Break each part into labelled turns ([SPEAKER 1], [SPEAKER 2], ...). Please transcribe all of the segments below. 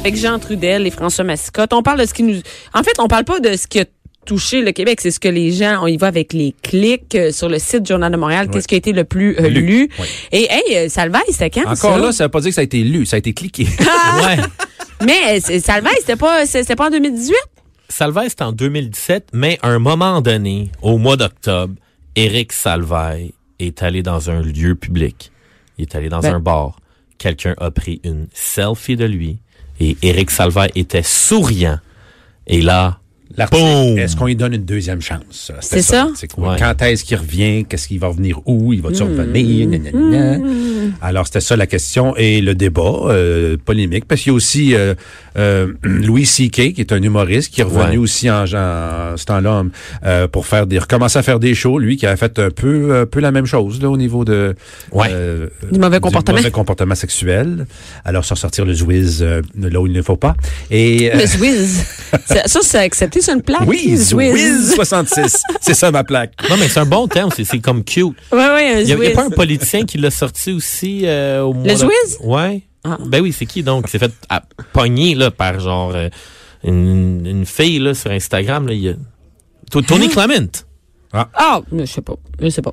[SPEAKER 1] Avec Jean Trudel et François Massicotte, on parle de ce qui nous... En fait, on parle pas de ce qui a touché le Québec, c'est ce que les gens, on y va avec les clics euh, sur le site Journal de Montréal, qu'est-ce qui a été le plus euh, lu.
[SPEAKER 2] Lu, oui.
[SPEAKER 1] Et hey, euh, Salvaille, c'était quand
[SPEAKER 2] Encore
[SPEAKER 1] ça?
[SPEAKER 2] là, ça veut pas dire que ça a été lu, ça a été cliqué.
[SPEAKER 3] Ouais.
[SPEAKER 1] Mais euh, c'est- Salvaille, c'était pas c'est- c'était pas en 2018
[SPEAKER 3] Salvaille, c'est en 2017, mais à un moment donné, au mois d'octobre, Éric Salvaille est allé dans un lieu public. Il est allé dans
[SPEAKER 1] Ben.
[SPEAKER 3] un bar. Quelqu'un a pris une selfie de lui et Éric Salvaille était souriant. Et là,
[SPEAKER 2] L'article,
[SPEAKER 3] Boom!
[SPEAKER 2] Est-ce qu'on lui donne une deuxième chance?
[SPEAKER 1] C'est
[SPEAKER 2] C'était
[SPEAKER 1] ça?
[SPEAKER 2] l'article, oui.
[SPEAKER 3] Ouais.
[SPEAKER 2] Quand est-ce qu'il revient? Qu'est-ce qu'il va revenir où? Il va-tu
[SPEAKER 1] Hmm.
[SPEAKER 2] revenir? Gna, gna, gna. Alors, c'était ça la question et le débat euh, polémique. Parce qu'il y a aussi euh, euh, Louis C.K., qui est un humoriste, qui est revenu
[SPEAKER 3] Ouais.
[SPEAKER 2] aussi en, en ce temps-là euh, pour faire des, recommencer à faire des shows. Lui, qui a fait un peu, un peu la même chose là, au niveau de,
[SPEAKER 3] Ouais.
[SPEAKER 2] euh,
[SPEAKER 1] Du mauvais comportement.
[SPEAKER 2] mauvais comportement sexuel. Alors, sans sortir le Zwiz euh, là où il ne faut pas. Et, euh,
[SPEAKER 1] Le Zwiz. ça, ça, c'est accepté sur une plaque.
[SPEAKER 2] oui, Zwiz
[SPEAKER 1] Zwiz.
[SPEAKER 2] 66. C'est ça ma plaque.
[SPEAKER 3] non mais c'est un bon terme, c'est- c'est comme cute.
[SPEAKER 1] Ouais, ouais, un
[SPEAKER 3] Il y a, il y a
[SPEAKER 1] Zwiz.
[SPEAKER 3] pas un politicien qui l'a sorti aussi euh, au mois
[SPEAKER 1] Le
[SPEAKER 3] d'oc-
[SPEAKER 1] Zouiz?
[SPEAKER 3] Ouais.
[SPEAKER 1] Ah.
[SPEAKER 3] Ben oui, c'est qui donc? C'est fait à pogner là, par genre euh, une, une fille là, sur Instagram. Là, il y a- To- Tony Clement.
[SPEAKER 1] Ah, mais je sais pas. Je sais pas.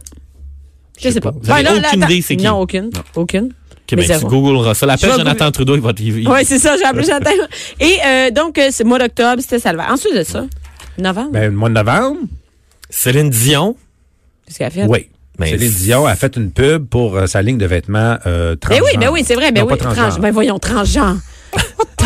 [SPEAKER 1] Je sais pas.
[SPEAKER 3] pas. Vous avez
[SPEAKER 1] Ben là, là,
[SPEAKER 3] aucune
[SPEAKER 1] attends.
[SPEAKER 3] idée c'est qui?
[SPEAKER 1] Non, aucune. Aucune.
[SPEAKER 3] Ok,
[SPEAKER 1] Mais
[SPEAKER 3] ben, tu
[SPEAKER 1] zéro.
[SPEAKER 3] googleras ça. La
[SPEAKER 1] Je
[SPEAKER 3] page
[SPEAKER 1] vais
[SPEAKER 3] Jonathan Trudeau, il va te il-
[SPEAKER 1] Ouais, c'est ça, j'ai appelé j'attends. Et euh, donc, euh, c'est mois d'octobre, c'était Salvaire. Ensuite de ça, novembre,
[SPEAKER 2] Ben, le mois de novembre,
[SPEAKER 3] Céline Dion.
[SPEAKER 1] qu'est-ce qu'elle a fait?
[SPEAKER 2] oui.
[SPEAKER 3] Mais
[SPEAKER 2] Céline
[SPEAKER 3] c'est-
[SPEAKER 2] Dion a fait une pub pour euh, sa ligne de vêtements euh,
[SPEAKER 1] Ben
[SPEAKER 2] transgenre.
[SPEAKER 1] oui, ben oui, c'est vrai, ben
[SPEAKER 2] Non,
[SPEAKER 1] oui,
[SPEAKER 2] pas
[SPEAKER 1] transgenre.
[SPEAKER 2] transgenre.
[SPEAKER 1] Ben voyons, transgenre. What the-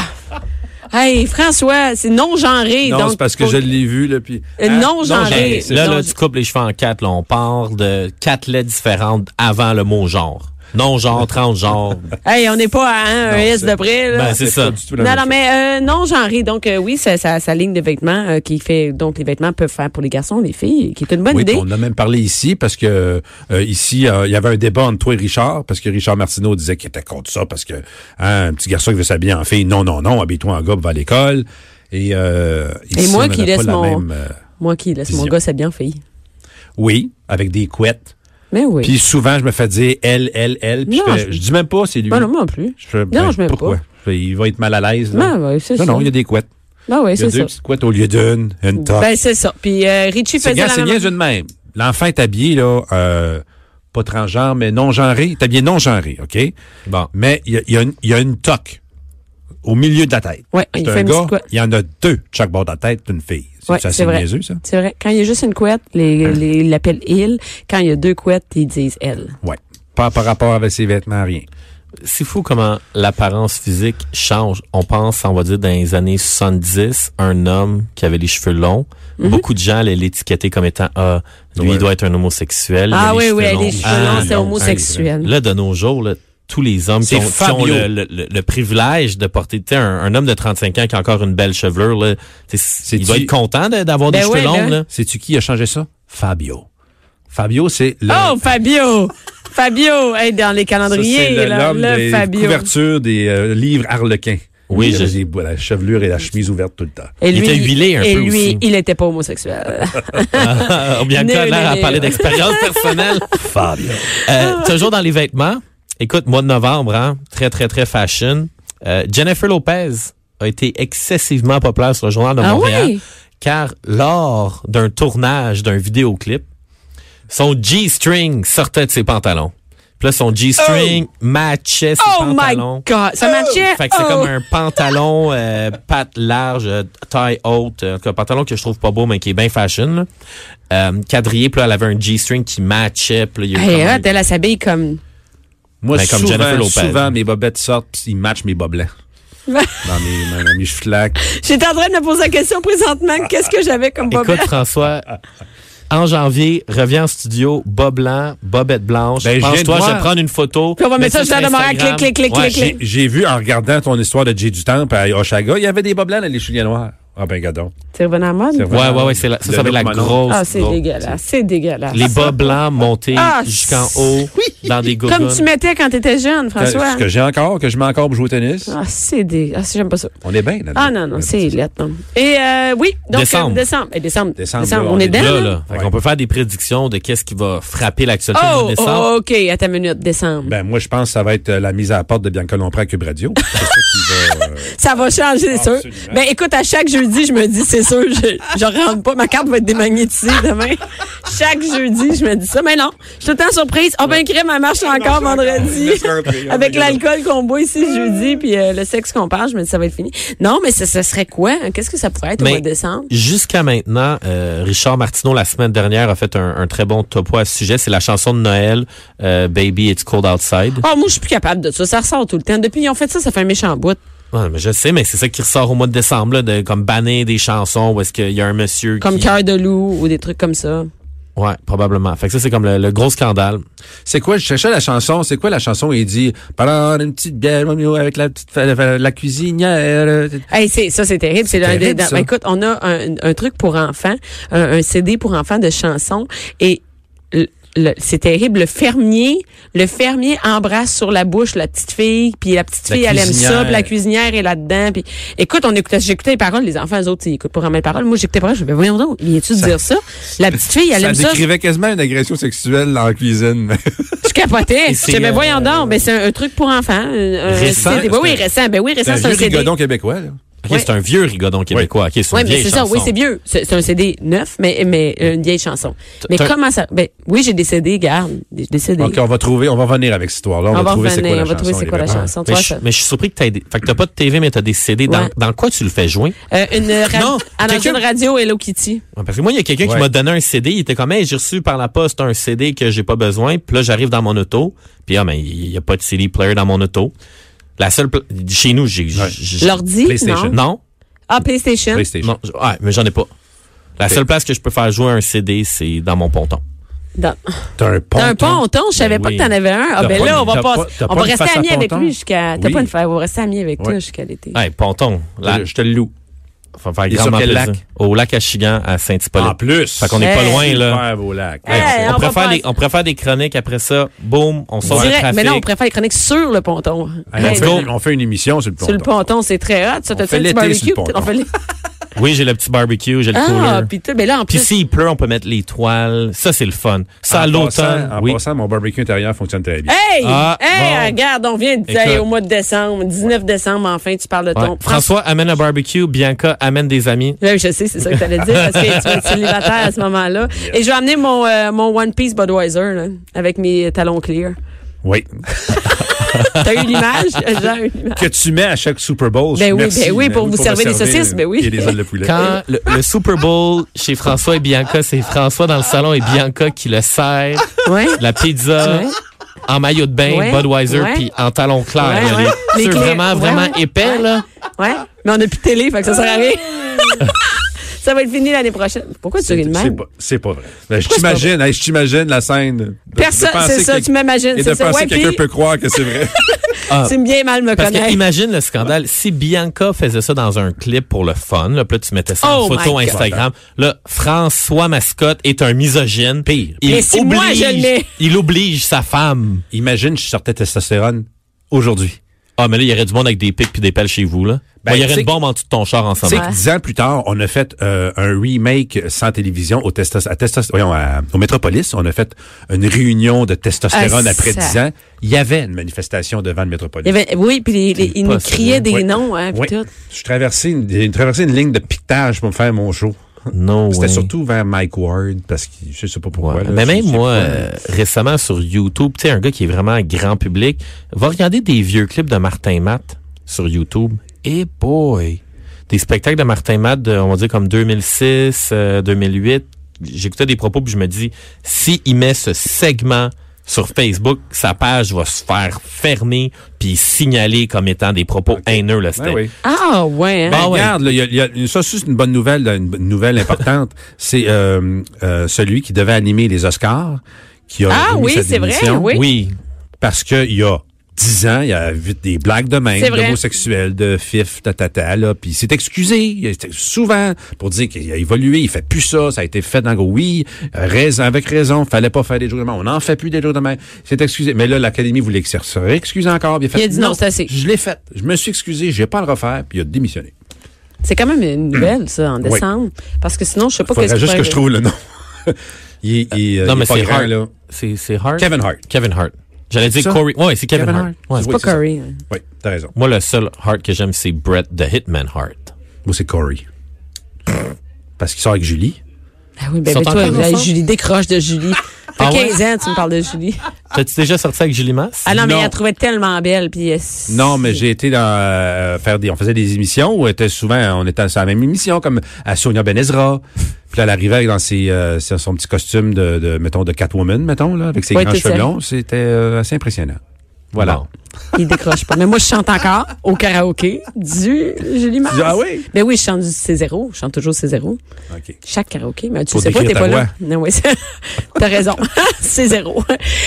[SPEAKER 1] Hey, François, c'est non-genré.
[SPEAKER 2] Non,
[SPEAKER 1] donc,
[SPEAKER 2] c'est parce que
[SPEAKER 1] pour-
[SPEAKER 2] je l'ai vu, là, puis...
[SPEAKER 1] Euh,
[SPEAKER 2] Ah,
[SPEAKER 1] non,
[SPEAKER 2] non,
[SPEAKER 1] j'en
[SPEAKER 2] j'en ai,
[SPEAKER 1] ai.
[SPEAKER 3] Hey,
[SPEAKER 2] c'est-
[SPEAKER 3] Ben, là,
[SPEAKER 1] non,
[SPEAKER 3] là,
[SPEAKER 1] je-
[SPEAKER 3] tu coupes les cheveux en quatre. Là, on part de quatre lettres différentes avant le mot genre. Non-genre, transgenre.
[SPEAKER 1] Hey, on n'est pas à un, un S de près. Là.
[SPEAKER 3] Ben, c'est ça.
[SPEAKER 2] pas du tout la
[SPEAKER 1] non, non,
[SPEAKER 2] même chose.
[SPEAKER 1] mais euh, non, genré. Donc, euh, oui, sa, sa, sa ligne de vêtements euh, qui fait. Donc, les vêtements peuvent faire pour les garçons, les filles, qui est une bonne
[SPEAKER 2] Oui,
[SPEAKER 1] idée.
[SPEAKER 2] on a même parlé ici parce que euh, ici euh, il y avait un débat entre toi et Richard parce que Richard Martineau disait qu'il était contre ça parce que hein, un petit garçon qui veut s'habiller en fille, non non non, habille-toi en gars, va à l'école. Et, euh, ici,
[SPEAKER 1] moi
[SPEAKER 2] on
[SPEAKER 1] qui
[SPEAKER 2] n'avait
[SPEAKER 1] laisse
[SPEAKER 2] pas la
[SPEAKER 1] mon-
[SPEAKER 2] même, euh,
[SPEAKER 1] Moi qui laisse mon
[SPEAKER 2] Vision.
[SPEAKER 1] gars s'habiller en fille.
[SPEAKER 2] oui, avec des couettes.
[SPEAKER 1] Mais oui.
[SPEAKER 2] Puis souvent je me fais dire elle elle elle, puis je,
[SPEAKER 1] Non,
[SPEAKER 2] fais-
[SPEAKER 1] je-
[SPEAKER 2] je dis même pas c'est lui.
[SPEAKER 1] Ben non, moi non plus.
[SPEAKER 2] Je fais,
[SPEAKER 1] Non, je m'aime
[SPEAKER 2] pourquoi?
[SPEAKER 1] pas.
[SPEAKER 2] Je fais, il va être mal à l'aise. là.
[SPEAKER 1] Ben, ouais, c'est
[SPEAKER 2] non,
[SPEAKER 1] ça.
[SPEAKER 2] non, il y a des couettes.
[SPEAKER 1] Ben oui,
[SPEAKER 2] Il y a
[SPEAKER 1] c'est
[SPEAKER 2] deux
[SPEAKER 1] ça.
[SPEAKER 2] petites couettes au lieu d'une, une top.
[SPEAKER 1] Ben, c'est ça. Puis euh, Richie
[SPEAKER 2] c'est
[SPEAKER 1] faisait
[SPEAKER 2] bien,
[SPEAKER 1] la
[SPEAKER 2] c'est
[SPEAKER 1] même
[SPEAKER 2] bien une même. L'enfant est habillé, là, euh, pas transgenre, mais non-genré. Il est habillé non-genré, OK?
[SPEAKER 3] Bon.
[SPEAKER 2] Mais il y a, il y a une- il y a une toque au milieu de la tête.
[SPEAKER 1] Ouais, il
[SPEAKER 2] c'est
[SPEAKER 1] fait
[SPEAKER 2] un
[SPEAKER 1] une
[SPEAKER 2] gars,
[SPEAKER 1] petite couette.
[SPEAKER 2] il y en a deux de chaque bord de la tête d'une fille. C'est
[SPEAKER 1] Ouais,
[SPEAKER 2] ça,
[SPEAKER 1] c'est
[SPEAKER 2] c'est
[SPEAKER 1] vrai.
[SPEAKER 2] niaiseux, ça?
[SPEAKER 1] C'est vrai. Quand il y a juste une couette, les, les, ils l'appellent il. Quand il y a deux couettes, ils disent elle.
[SPEAKER 2] Ouais. Pas par rapport avec ses vêtements, rien.
[SPEAKER 3] C'est fou comment l'apparence physique change. On pense, on va dire, dans les années 70, un homme qui avait les cheveux longs,
[SPEAKER 1] Mhm.
[SPEAKER 3] beaucoup de gens allaient l'étiqueter comme étant ah, lui,
[SPEAKER 2] Ouais.
[SPEAKER 3] il doit être un homosexuel. il a
[SPEAKER 1] Ah oui, oui,
[SPEAKER 3] longs.
[SPEAKER 1] les cheveux
[SPEAKER 3] Ah,
[SPEAKER 1] longs, c'est
[SPEAKER 2] non,
[SPEAKER 1] homosexuel.
[SPEAKER 3] Là, de nos jours, là, tous les hommes qui
[SPEAKER 2] C'est
[SPEAKER 3] ont, qui
[SPEAKER 2] Fabio.
[SPEAKER 3] ont le, le- le- le privilège de porter, tu sais, un, un homme de 35 ans qui a encore une belle chevelure, là, tu sais, il
[SPEAKER 2] C'est-tu-
[SPEAKER 3] doit être content de- d'avoir
[SPEAKER 1] Ben
[SPEAKER 3] des cheveux
[SPEAKER 1] ouais,
[SPEAKER 3] longs.
[SPEAKER 1] là.
[SPEAKER 3] Là.
[SPEAKER 2] Sais-tu qui a changé ça? Fabio. Fabio, c'est le...
[SPEAKER 1] Oh, Fabio! Fabio! Hey, dans les
[SPEAKER 2] ça,
[SPEAKER 1] calendriers,
[SPEAKER 2] c'est le-
[SPEAKER 1] là,
[SPEAKER 2] l'homme
[SPEAKER 1] le
[SPEAKER 2] des
[SPEAKER 1] Fabio.
[SPEAKER 2] couvertures des euh, livres harlequins.
[SPEAKER 3] Oui,
[SPEAKER 2] Il
[SPEAKER 3] je-
[SPEAKER 2] avait des- la chevelure et la chemise ouverte tout le temps.
[SPEAKER 1] Et
[SPEAKER 3] Il était huilé un
[SPEAKER 1] et
[SPEAKER 3] peu
[SPEAKER 1] lui,
[SPEAKER 3] aussi.
[SPEAKER 1] il n'était pas homosexuel.
[SPEAKER 3] Ah, bien
[SPEAKER 1] Né,
[SPEAKER 3] qu'elle
[SPEAKER 1] né,
[SPEAKER 3] a
[SPEAKER 1] né.
[SPEAKER 3] parlé d'expérience personnelle. Fabio. Euh, toujours dans les vêtements. Écoute, mois de novembre, hein, très, très, très fashion. Euh, Jennifer Lopez a été excessivement populaire sur le journal de
[SPEAKER 1] Ah
[SPEAKER 3] Montréal
[SPEAKER 1] oui?
[SPEAKER 3] car lors d'un tournage d'un vidéoclip, son G-string sortait de ses pantalons. Puis là, son G-string matchait ses
[SPEAKER 1] Oh my
[SPEAKER 3] pantalons.
[SPEAKER 1] God! Ça matchait!
[SPEAKER 3] Fait que c'est
[SPEAKER 1] Oh!
[SPEAKER 3] comme un pantalon euh, patte large, euh, taille haute, euh, en tout cas, un pantalon que je trouve pas beau, mais qui est bien fashion. là. Euh, quadrillé, puis là, elle avait un G-string qui matchait. Puis là, il y a eu
[SPEAKER 1] Hey, hein,
[SPEAKER 3] comme un-
[SPEAKER 1] hot, elle elle s'habille comme...
[SPEAKER 2] Moi,
[SPEAKER 3] Ben, comme
[SPEAKER 2] souvent,
[SPEAKER 3] Jennifer Lopez.
[SPEAKER 2] souvent, mes bobettes sortent pis ils matchent mes bas blancs. dans mes, dans mes cheveux flaques.
[SPEAKER 1] J'étais en train de me poser la question présentement, qu'est-ce que j'avais comme bob?
[SPEAKER 3] Écoute, François, En janvier, revient en studio, bas blanc, bobette blanche.
[SPEAKER 2] Ben, je viens de
[SPEAKER 3] Pense-toi, je
[SPEAKER 2] voir.
[SPEAKER 3] vais prendre une photo.
[SPEAKER 1] Puis on va
[SPEAKER 3] mets
[SPEAKER 1] mettre ça sur la
[SPEAKER 3] Instagram.
[SPEAKER 1] demeure. Clic, clic, clic,
[SPEAKER 3] Ouais,
[SPEAKER 1] clic,
[SPEAKER 3] j'ai-
[SPEAKER 1] clic.
[SPEAKER 2] J'ai j'ai vu en regardant ton histoire de Jay du Temple à Oshaga, il y avait des bas blancs dans les souliers noirs. Ah ben gadon.
[SPEAKER 1] C'est revenu à la mode?
[SPEAKER 2] C'est revenu.
[SPEAKER 3] Ouais, ouais, ouais, c'est la- ça, ça va être la
[SPEAKER 2] Manon.
[SPEAKER 3] grosse.
[SPEAKER 1] Ah, c'est
[SPEAKER 3] grosse.
[SPEAKER 1] dégueulasse. C'est dégueulasse.
[SPEAKER 3] Les bas blancs montés
[SPEAKER 1] Ah,
[SPEAKER 3] jusqu'en haut dans des gourgounes.
[SPEAKER 1] Comme tu mettais quand t'étais jeune,
[SPEAKER 2] Que-
[SPEAKER 1] François.
[SPEAKER 2] Ce que j'ai encore, que je mets encore pour jouer au tennis.
[SPEAKER 1] Ah, c'est des. Ah, si, j'aime pas ça.
[SPEAKER 2] On est bien là
[SPEAKER 1] Ah, non, non, c'est lettre, non. Et, euh, oui. Donc,
[SPEAKER 3] Décembre.
[SPEAKER 1] euh, décembre. Eh, décembre.
[SPEAKER 2] Décembre, là,
[SPEAKER 1] On,
[SPEAKER 2] on
[SPEAKER 1] est
[SPEAKER 2] est
[SPEAKER 1] dedans,
[SPEAKER 3] Là,
[SPEAKER 1] là.
[SPEAKER 3] là. Fait
[SPEAKER 2] Ouais.
[SPEAKER 3] qu'on peut faire des prédictions de qu'est-ce qui va frapper l'actualité
[SPEAKER 1] Oh,
[SPEAKER 3] en
[SPEAKER 1] oh,
[SPEAKER 3] décembre.
[SPEAKER 1] OK. À ta minute, décembre.
[SPEAKER 2] Ben moi je pense que ça va être euh, la mise à la porte de Bianca Lompré à Cube Radio. C'est ça qui va. euh,
[SPEAKER 1] Ça va changer, c'est sûr.
[SPEAKER 2] Absolument.
[SPEAKER 1] Ben écoute, à chaque jeudi, je me dis, c'est sûr, je, je rentre pas. Ma carte va être démagnétisée demain. chaque jeudi, je me dis ça. Mais non, je suis tout le temps surprise. Oh ben crème, elle marche encore vendredi. Avec l'alcool qu'on boit ici jeudi, puis euh, le sexe qu'on parle, je me dis ça va être fini. Non, mais ce, ce serait quoi? hein? Qu'est-ce que ça pourrait être au
[SPEAKER 3] Mais-
[SPEAKER 1] mois de décembre?
[SPEAKER 3] Jusqu'à maintenant, euh, Richard Martineau, la semaine dernière, a fait un, un très bon topo à ce sujet. C'est la chanson de Noël, euh, Baby It's Cold Outside.
[SPEAKER 1] Oh, moi, je suis plus capable de ça. Ça ressort tout le temps. Depuis qu'ils ont fait ça, ça fait un méchant bout.
[SPEAKER 3] Ouais, mais je sais, mais c'est ça qui ressort au mois de décembre, là, de comme banner des chansons où est-ce qu'il y a un monsieur
[SPEAKER 1] Comme
[SPEAKER 3] qui...
[SPEAKER 1] Cœur de loup ou des trucs comme ça.
[SPEAKER 3] Ouais, probablement. Fait que ça, c'est comme le, le gros scandale.
[SPEAKER 2] C'est quoi, je cherchais la chanson, c'est quoi la chanson où il dit Pendant une petite bière au milieu avec la petite fa- la, la cuisinière. euh,
[SPEAKER 1] Hey, c'est ça, c'est terrible. C'est l'un des-
[SPEAKER 2] terrible,
[SPEAKER 1] dans-
[SPEAKER 2] ça.
[SPEAKER 1] Écoute, on a un, un truc pour enfants, un, un CD pour enfants de chansons et le- le- c'est terrible. Le fermier, le fermier embrasse sur la bouche la petite fille, puis la petite
[SPEAKER 2] La
[SPEAKER 1] fille elle aime ça,
[SPEAKER 2] cuisinière.
[SPEAKER 1] puis la cuisinière est là-dedans. Puis écoute, on écoutait, j'écoutais les paroles, les enfants, les autres ils écoutent pas vraiment les paroles. Moi j'écoutais les paroles, je me disais, voyons donc, viens-tu de dire ça La petite fille elle
[SPEAKER 2] ça
[SPEAKER 1] aime ça.
[SPEAKER 2] décrivait quasiment une agression sexuelle en cuisine.
[SPEAKER 1] Je capotais.
[SPEAKER 3] Et
[SPEAKER 1] Je
[SPEAKER 3] c'est,
[SPEAKER 1] disais, mais
[SPEAKER 3] euh,
[SPEAKER 1] voyons donc, mais c'est un, un truc pour enfants. un- un
[SPEAKER 3] Récent,
[SPEAKER 1] CD. Ben oui, récent. Ben oui, récent,
[SPEAKER 2] C'est
[SPEAKER 1] c'est
[SPEAKER 2] un
[SPEAKER 1] un
[SPEAKER 2] vieux
[SPEAKER 1] CD.
[SPEAKER 2] rigodon québécois. Là.
[SPEAKER 3] OK,
[SPEAKER 1] Ouais.
[SPEAKER 3] c'est un vieux rigodon québécois. OK, c'est une
[SPEAKER 1] Oui, mais
[SPEAKER 3] vieille
[SPEAKER 1] c'est ça.
[SPEAKER 3] chanson.
[SPEAKER 1] Oui, c'est vieux. C'est c'est un CD neuf, mais, mais euh, une vieille chanson. Mais
[SPEAKER 3] t'as-
[SPEAKER 1] comment ça. Ben, oui, j'ai des CD, garde. Des, des CD.
[SPEAKER 2] OK, on va trouver, on va venir avec cette histoire-là. On,
[SPEAKER 1] On
[SPEAKER 2] va
[SPEAKER 1] va
[SPEAKER 2] trouver c'est quoi
[SPEAKER 1] revenir,
[SPEAKER 2] la
[SPEAKER 1] on va trouver
[SPEAKER 2] chanson.
[SPEAKER 1] c'est
[SPEAKER 2] les
[SPEAKER 1] quoi la
[SPEAKER 2] vêtements.
[SPEAKER 1] chanson.
[SPEAKER 3] Mais
[SPEAKER 1] Toi,
[SPEAKER 3] je,
[SPEAKER 1] ça.
[SPEAKER 3] mais je suis surpris que t'as des... Fait que t'as pas de TV, mais t'as des CD. Dans,
[SPEAKER 1] Ouais.
[SPEAKER 3] dans quoi tu le fais jouer?
[SPEAKER 1] Euh, une ra-
[SPEAKER 3] Non,
[SPEAKER 1] à l'ancienne
[SPEAKER 3] quelqu'un-
[SPEAKER 1] radio Hello Kitty.
[SPEAKER 3] Ouais, Parce que moi, il y a quelqu'un
[SPEAKER 2] Ouais.
[SPEAKER 3] qui m'a donné un CD. Il était comme, hey, j'ai reçu par la poste un CD que j'ai pas besoin. Puis là, j'arrive dans mon auto. Puis ah, mais il y a pas de CD player dans mon auto. La seule, pla- chez nous, j'ai, j'ai-
[SPEAKER 2] Ouais.
[SPEAKER 3] j'ai-
[SPEAKER 1] L'ordi?
[SPEAKER 2] PlayStation.
[SPEAKER 1] Non.
[SPEAKER 3] non,
[SPEAKER 1] Ah, PlayStation.
[SPEAKER 2] PlayStation.
[SPEAKER 3] non, j- ouais, mais j'en ai pas. La seule place que je peux faire jouer un CD, c'est dans mon ponton.
[SPEAKER 1] Dans-
[SPEAKER 2] T'as un pont.
[SPEAKER 1] T'as un ponton, je savais
[SPEAKER 3] Ben
[SPEAKER 1] pas
[SPEAKER 3] oui.
[SPEAKER 1] que t'en avais un. Ah,
[SPEAKER 2] T'as
[SPEAKER 1] ben
[SPEAKER 2] pas
[SPEAKER 1] là,
[SPEAKER 2] une-
[SPEAKER 1] on va
[SPEAKER 2] t'as
[SPEAKER 1] pas.
[SPEAKER 2] pas- t'as
[SPEAKER 1] on
[SPEAKER 2] pas
[SPEAKER 1] va
[SPEAKER 2] une
[SPEAKER 1] rester
[SPEAKER 2] face à
[SPEAKER 1] amis avec
[SPEAKER 2] ponton.
[SPEAKER 1] lui jusqu'à. T'as
[SPEAKER 2] Oui.
[SPEAKER 1] pas une fa- On va rester amis avec toi
[SPEAKER 2] Ouais.
[SPEAKER 1] jusqu'à l'été.
[SPEAKER 3] Hey, ponton. Là,
[SPEAKER 2] Je te le loue.
[SPEAKER 3] faut faire
[SPEAKER 2] Et sur
[SPEAKER 3] grandement
[SPEAKER 2] quel
[SPEAKER 3] plaisir.
[SPEAKER 2] lac?
[SPEAKER 3] Au lac Achigan à Saint-Hippolyte.
[SPEAKER 2] En plus.
[SPEAKER 3] Fait qu'on est
[SPEAKER 1] Hey.
[SPEAKER 3] pas loin, là.
[SPEAKER 2] Super beau lac.
[SPEAKER 1] Hey,
[SPEAKER 3] on,
[SPEAKER 1] on va
[SPEAKER 3] préfère
[SPEAKER 1] pas-
[SPEAKER 3] des, on préfère des chroniques après ça. Boum, on sort le
[SPEAKER 1] Direct,
[SPEAKER 3] trafic.
[SPEAKER 1] mais là, on préfère les chroniques sur le ponton.
[SPEAKER 2] Hey, on,
[SPEAKER 1] Hey,
[SPEAKER 2] fait, une- on fait une émission sur le ponton.
[SPEAKER 1] sur le ponton, c'est très hot. Ça,
[SPEAKER 2] On
[SPEAKER 1] t'as
[SPEAKER 2] fait
[SPEAKER 1] fait le
[SPEAKER 2] l'été sur
[SPEAKER 1] barbecue.
[SPEAKER 2] le
[SPEAKER 1] peut-être, on
[SPEAKER 2] ponton.
[SPEAKER 1] fait les-
[SPEAKER 3] Oui, j'ai le petit barbecue, j'ai le
[SPEAKER 1] Ah,
[SPEAKER 3] cooler.
[SPEAKER 1] puis tout. Mais là, en
[SPEAKER 3] Puis
[SPEAKER 1] plus.
[SPEAKER 3] s'il pleut, on peut mettre les toiles. Ça, c'est le fun. Ça, à
[SPEAKER 2] En
[SPEAKER 3] l'automne.
[SPEAKER 2] passant- En
[SPEAKER 3] oui.
[SPEAKER 2] passant, mon barbecue intérieur fonctionne très bien.
[SPEAKER 1] Hey!
[SPEAKER 3] Ah,
[SPEAKER 1] hey,
[SPEAKER 3] bon.
[SPEAKER 1] regarde, on vient de dire
[SPEAKER 3] Écoute.
[SPEAKER 1] au mois de décembre, 19 décembre, enfin, tu parles de
[SPEAKER 3] Ouais.
[SPEAKER 1] ton.
[SPEAKER 3] François amène un barbecue. Bianca amène des amis.
[SPEAKER 1] Oui, je sais, c'est ça que t'allais dire, parce que tu vas être célibataire à ce moment-là. Et je vais amener mon, euh, mon One Piece Budweiser, là, avec mes talons clear.
[SPEAKER 2] Oui.
[SPEAKER 1] T'as eu l'image? J'ai eu l'image.
[SPEAKER 2] que tu mets à chaque Super Bowl.
[SPEAKER 1] Ben oui,
[SPEAKER 2] Merci,
[SPEAKER 1] ben oui,
[SPEAKER 2] ben
[SPEAKER 1] pour vous
[SPEAKER 2] me
[SPEAKER 1] servir des saucisses, ben oui.
[SPEAKER 2] Et des ailes de poulet.
[SPEAKER 3] Quand le, le Super Bowl chez François et Bianca, c'est François dans le salon et Bianca qui le sert.
[SPEAKER 1] Ouais.
[SPEAKER 3] La pizza.
[SPEAKER 1] Ouais.
[SPEAKER 3] En maillot de bain,
[SPEAKER 1] Ouais.
[SPEAKER 3] Budweiser,
[SPEAKER 1] Ouais.
[SPEAKER 3] puis en talons clairs.
[SPEAKER 1] Ouais,
[SPEAKER 3] là,
[SPEAKER 1] ouais.
[SPEAKER 3] les-
[SPEAKER 1] Les
[SPEAKER 3] ceux
[SPEAKER 1] clés-
[SPEAKER 3] vraiment,
[SPEAKER 1] ouais,
[SPEAKER 3] vraiment
[SPEAKER 1] ouais.
[SPEAKER 3] épais, là.
[SPEAKER 1] Ouais. Mais on n'a plus de télé, fait que ça sert à rien. ça va être fini l'année prochaine. Pourquoi tu
[SPEAKER 2] C'est
[SPEAKER 1] ris de
[SPEAKER 2] c'est
[SPEAKER 1] même?
[SPEAKER 2] pas, c'est pas vrai. Ben, je t'imagine, hey, je t'imagine la scène. de- de
[SPEAKER 1] Personne,
[SPEAKER 2] penser
[SPEAKER 1] c'est ça,
[SPEAKER 2] que-
[SPEAKER 1] tu m'imagines,
[SPEAKER 2] Et de
[SPEAKER 1] c'est ça.
[SPEAKER 2] penser
[SPEAKER 1] Ouais,
[SPEAKER 2] que quelqu'un
[SPEAKER 1] puis-
[SPEAKER 2] peut croire que c'est vrai. Ah.
[SPEAKER 1] Tu me bien mal me
[SPEAKER 3] Parce que
[SPEAKER 1] connaître.
[SPEAKER 3] imagine le scandale. Si Bianca faisait ça dans un clip pour le fun, là, puis là, tu mettais ça en
[SPEAKER 1] Oh my
[SPEAKER 3] photo
[SPEAKER 1] God.
[SPEAKER 3] Instagram, là, François Mascotte est un misogyne. Pire. Il
[SPEAKER 1] Mais si moi, je le mets.
[SPEAKER 3] Il oblige sa femme.
[SPEAKER 2] Imagine, je sortais testostérone aujourd'hui.
[SPEAKER 3] Ah, mais là, il y aurait du monde avec des pics puis des pelles chez vous, là.
[SPEAKER 2] Ben,
[SPEAKER 3] Ouais, il y aurait
[SPEAKER 2] c'est-
[SPEAKER 3] une bombe en dessous de ton char
[SPEAKER 2] Tu sais
[SPEAKER 3] ensemble.
[SPEAKER 2] que dix ans plus tard, on a fait euh, un remake sans télévision au testos, à testos, voyons, à- au Métropolis. On a fait une réunion de testostérone
[SPEAKER 1] Ah,
[SPEAKER 2] après
[SPEAKER 1] ça.
[SPEAKER 2] 10 ans. Il y avait une manifestation devant le Métropolis.
[SPEAKER 1] Il y avait- oui, puis les- les- ils nous
[SPEAKER 3] Impossible.
[SPEAKER 1] criaient des
[SPEAKER 2] Oui.
[SPEAKER 1] noms, hein, puis
[SPEAKER 2] Oui.
[SPEAKER 1] tout.
[SPEAKER 2] Je traversais une, j'ai traversé une ligne de piquetage pour me faire mon show.
[SPEAKER 3] Non.
[SPEAKER 2] C'était
[SPEAKER 3] way.
[SPEAKER 2] surtout vers Mike Ward parce que je sais pas
[SPEAKER 3] Ouais.
[SPEAKER 2] pourquoi. là,
[SPEAKER 1] Ben,
[SPEAKER 3] mais
[SPEAKER 2] je
[SPEAKER 3] même
[SPEAKER 2] sais
[SPEAKER 3] moi,
[SPEAKER 2] pas.
[SPEAKER 3] euh, récemment sur YouTube, tu sais, un gars qui est vraiment grand public, va regarder des vieux clips de Martin Matt sur YouTube. Et boy! Des spectacles de Martin Matt, de, on va dire comme 2006, euh, 2008. J'écoutais des propos puis je me dis, si il met ce segment sur Facebook, sa page va se faire fermer puis signaler comme étant des propos haineux. Là, c'était-
[SPEAKER 2] Ben oui.
[SPEAKER 1] Ah, ouais, hein?
[SPEAKER 2] Ben,
[SPEAKER 3] Ah ouais.
[SPEAKER 2] Regarde, là, il y a- il y a- ça, c'est une bonne nouvelle, là, une bonne nouvelle importante. c'est euh, euh, celui qui devait animer les Oscars, qui a
[SPEAKER 1] Ah
[SPEAKER 2] remis
[SPEAKER 1] oui,
[SPEAKER 2] sa
[SPEAKER 1] c'est vrai,
[SPEAKER 2] démission
[SPEAKER 1] oui.
[SPEAKER 3] Oui.
[SPEAKER 2] parce qu'il y a dix ans, il y a vite des blagues de même,
[SPEAKER 1] C'est vrai.
[SPEAKER 2] d'homosexuels, de fif, tatata, là, puis il s'est excusé il s'est- souvent pour dire qu'il a évolué, il fait plus ça, ça a été fait dans le gros, oui, euh, raison, avec raison, fallait pas faire des jours de main, on n'en fait plus des jours de main, il s'est excusé, mais là, l'Académie voulait qu'il se réexcuse encore, puis
[SPEAKER 1] Il a dit non, c'est assez.
[SPEAKER 2] Je l'ai fait, je me suis excusé, je vais pas à le refaire, puis il a démissionné.
[SPEAKER 1] C'est quand même une nouvelle, ça, en décembre. Parce que sinon, je sais pas
[SPEAKER 2] Faudrait
[SPEAKER 1] qu'est-ce
[SPEAKER 2] juste que
[SPEAKER 1] pourrait-
[SPEAKER 2] je trouve le nom. il, est- il, est-
[SPEAKER 3] non,
[SPEAKER 2] Euh, il est
[SPEAKER 3] mais
[SPEAKER 2] pas
[SPEAKER 3] c'est
[SPEAKER 2] grand,
[SPEAKER 3] Hart.
[SPEAKER 2] là.
[SPEAKER 3] C'est, c'est Hart.
[SPEAKER 2] Kevin Hart.
[SPEAKER 3] Kevin Hart. J'allais dire
[SPEAKER 2] ça?
[SPEAKER 3] Corey. Ouais, c'est Kevin,
[SPEAKER 2] Kevin
[SPEAKER 3] Hart.
[SPEAKER 2] Hart.
[SPEAKER 3] Ouais.
[SPEAKER 2] Oui,
[SPEAKER 1] Pas
[SPEAKER 2] c'est ça.
[SPEAKER 1] Curry. hein.
[SPEAKER 2] Oui, t'as raison.
[SPEAKER 3] Moi, le seul Hart que j'aime, c'est Brett the Hitman Hart.
[SPEAKER 2] Moi, c'est Corey. Parce qu'il sort avec Julie.
[SPEAKER 1] Ah oui, ben,
[SPEAKER 3] Ils
[SPEAKER 1] ben
[SPEAKER 3] sont
[SPEAKER 1] toi,
[SPEAKER 3] encore
[SPEAKER 1] la
[SPEAKER 3] ensemble?
[SPEAKER 1] Julie, décroche de Julie. Fait
[SPEAKER 3] Ah ouais?
[SPEAKER 1] 15 ans, tu me parles de Julie.
[SPEAKER 3] T'as-tu déjà sorti avec Julie Masse?
[SPEAKER 1] Ah non, mais
[SPEAKER 2] Non.
[SPEAKER 1] elle la trouvait tellement belle. Puis euh, elle s-
[SPEAKER 2] Non, mais j'ai été dans euh, faire des. On faisait des émissions où était souvent, on était sur la même émission, comme à Sonia Benezra. Puis là, elle arrivait dans ses, euh, son son petit costume de, de, mettons, de Catwoman, mettons, là, avec ses
[SPEAKER 1] Ouais,
[SPEAKER 2] grands
[SPEAKER 1] tout
[SPEAKER 2] cheveux
[SPEAKER 1] ça.
[SPEAKER 2] blonds. C'était euh, assez impressionnant. Voilà.
[SPEAKER 3] Bon.
[SPEAKER 1] Il décroche pas. Mais moi, je chante encore au karaoké du Julie Mars.
[SPEAKER 2] Ah oui?
[SPEAKER 1] Ben oui, je chante du C0. Je chante toujours C0.
[SPEAKER 2] OK.
[SPEAKER 1] Chaque karaoké, mais tu
[SPEAKER 2] Pour
[SPEAKER 1] sais pas,
[SPEAKER 2] décrire
[SPEAKER 1] t'es
[SPEAKER 2] ta
[SPEAKER 1] pas là.
[SPEAKER 2] voix.
[SPEAKER 1] Non, oui, c'est- t'as raison. c'est zéro.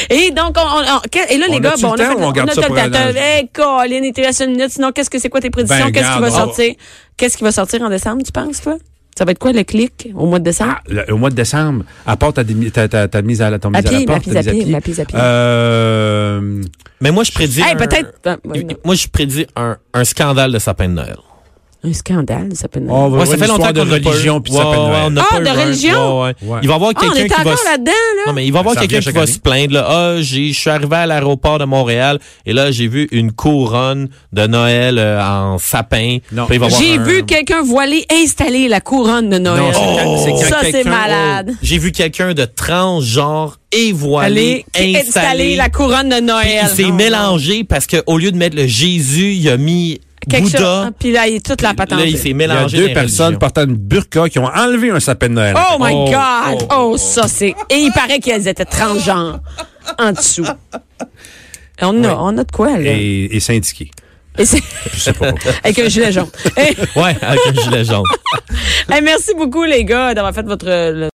[SPEAKER 1] Et donc, on, on- on- que- et là, les
[SPEAKER 2] On
[SPEAKER 1] gars,
[SPEAKER 2] a-tu
[SPEAKER 1] bon, on
[SPEAKER 2] le
[SPEAKER 1] a
[SPEAKER 2] temps
[SPEAKER 1] fait,
[SPEAKER 2] ou on garde
[SPEAKER 1] a
[SPEAKER 2] ça
[SPEAKER 1] tout
[SPEAKER 2] pour
[SPEAKER 1] le
[SPEAKER 2] un
[SPEAKER 1] temps.
[SPEAKER 2] ange?
[SPEAKER 1] Hey, Colin, il te reste une minute. Sinon, qu'est-ce que c'est quoi tes prédictions?
[SPEAKER 2] Ben,
[SPEAKER 1] qu'est-ce qui va
[SPEAKER 2] garde, on-
[SPEAKER 1] sortir? Qu'est-ce qui va sortir en décembre, tu penses, toi? Ça va être quoi le clic au mois de décembre?
[SPEAKER 2] Ah, le- au mois de décembre, à part ta, démi- ta, ta, ta mise à la, ton
[SPEAKER 1] À
[SPEAKER 2] mise à
[SPEAKER 1] pied,
[SPEAKER 2] la
[SPEAKER 1] ma
[SPEAKER 2] porte, ta
[SPEAKER 1] mise à
[SPEAKER 2] mise à
[SPEAKER 1] pied,
[SPEAKER 2] pied.
[SPEAKER 1] ma mise à pied.
[SPEAKER 2] Euh,
[SPEAKER 3] Mais moi, je prédis.
[SPEAKER 1] Hey,
[SPEAKER 3] un-
[SPEAKER 1] peut-être- Ah, ouais, non.
[SPEAKER 3] Moi, je prédis un, un scandale de sapin de Noël.
[SPEAKER 1] Un scandale, ça peut être.
[SPEAKER 2] on va
[SPEAKER 3] Ouais,
[SPEAKER 2] voir une oh, histoire de
[SPEAKER 3] qu'on n'a pas eu-
[SPEAKER 2] religion puis de
[SPEAKER 3] Ouais,
[SPEAKER 2] sapin de
[SPEAKER 3] ouais,
[SPEAKER 2] Noël.
[SPEAKER 3] on n'a
[SPEAKER 1] Ah,
[SPEAKER 3] pas eu
[SPEAKER 1] de
[SPEAKER 3] un-
[SPEAKER 1] religion?
[SPEAKER 3] ouais, ouais.
[SPEAKER 2] Ouais.
[SPEAKER 3] Il va y avoir
[SPEAKER 1] Ah, on
[SPEAKER 3] quelqu'un
[SPEAKER 1] est
[SPEAKER 3] qui va.
[SPEAKER 1] encore
[SPEAKER 3] se-
[SPEAKER 1] là-dedans, là.
[SPEAKER 3] Non, mais il va y avoir
[SPEAKER 2] Ça
[SPEAKER 3] quelqu'un
[SPEAKER 2] revient
[SPEAKER 3] qui
[SPEAKER 2] chaque
[SPEAKER 3] va
[SPEAKER 2] année.
[SPEAKER 3] se plaindre, là. Ah, j'ai, je suis arrivé à l'aéroport de Montréal et là, j'ai vu une couronne de Noël euh, en sapin.
[SPEAKER 2] Non.
[SPEAKER 3] Puis il va y avoir
[SPEAKER 1] J'ai
[SPEAKER 3] un-
[SPEAKER 1] vu quelqu'un voilé installer la couronne de Noël.
[SPEAKER 2] Non, c'est quand- c'est quand
[SPEAKER 1] ça, c'est
[SPEAKER 2] quelqu'un-
[SPEAKER 1] malade.
[SPEAKER 3] J'ai vu quelqu'un de transgenre et voilé
[SPEAKER 1] Aller installer
[SPEAKER 3] installer
[SPEAKER 1] la couronne de
[SPEAKER 3] Puis
[SPEAKER 1] Noël.
[SPEAKER 3] il s'est
[SPEAKER 1] Non,
[SPEAKER 3] mélangé parce que au lieu de mettre le Jésus, il a mis
[SPEAKER 1] Quelque chose.
[SPEAKER 3] Bouddha.
[SPEAKER 1] Puis là, il est toute la patente.
[SPEAKER 3] Là, il s'est
[SPEAKER 2] Il y a
[SPEAKER 3] mélangé. dans
[SPEAKER 2] deux
[SPEAKER 3] les
[SPEAKER 2] personnes
[SPEAKER 3] religions.
[SPEAKER 2] portant une burqa qui ont enlevé un sapin de Noël.
[SPEAKER 1] Oh my
[SPEAKER 3] Oh,
[SPEAKER 1] God!
[SPEAKER 3] oh,
[SPEAKER 1] Oh, ça c'est... Et il paraît qu'elles étaient transgenres en dessous. On a, on a de quoi, là.
[SPEAKER 2] Et, et syndiqué.
[SPEAKER 1] Et c'est-
[SPEAKER 2] Je sais pas pourquoi.
[SPEAKER 1] Avec un gilet jaune. Eh,
[SPEAKER 3] Ouais, avec un gilet jaune.
[SPEAKER 1] eh, merci beaucoup, les gars, d'avoir fait votre... le-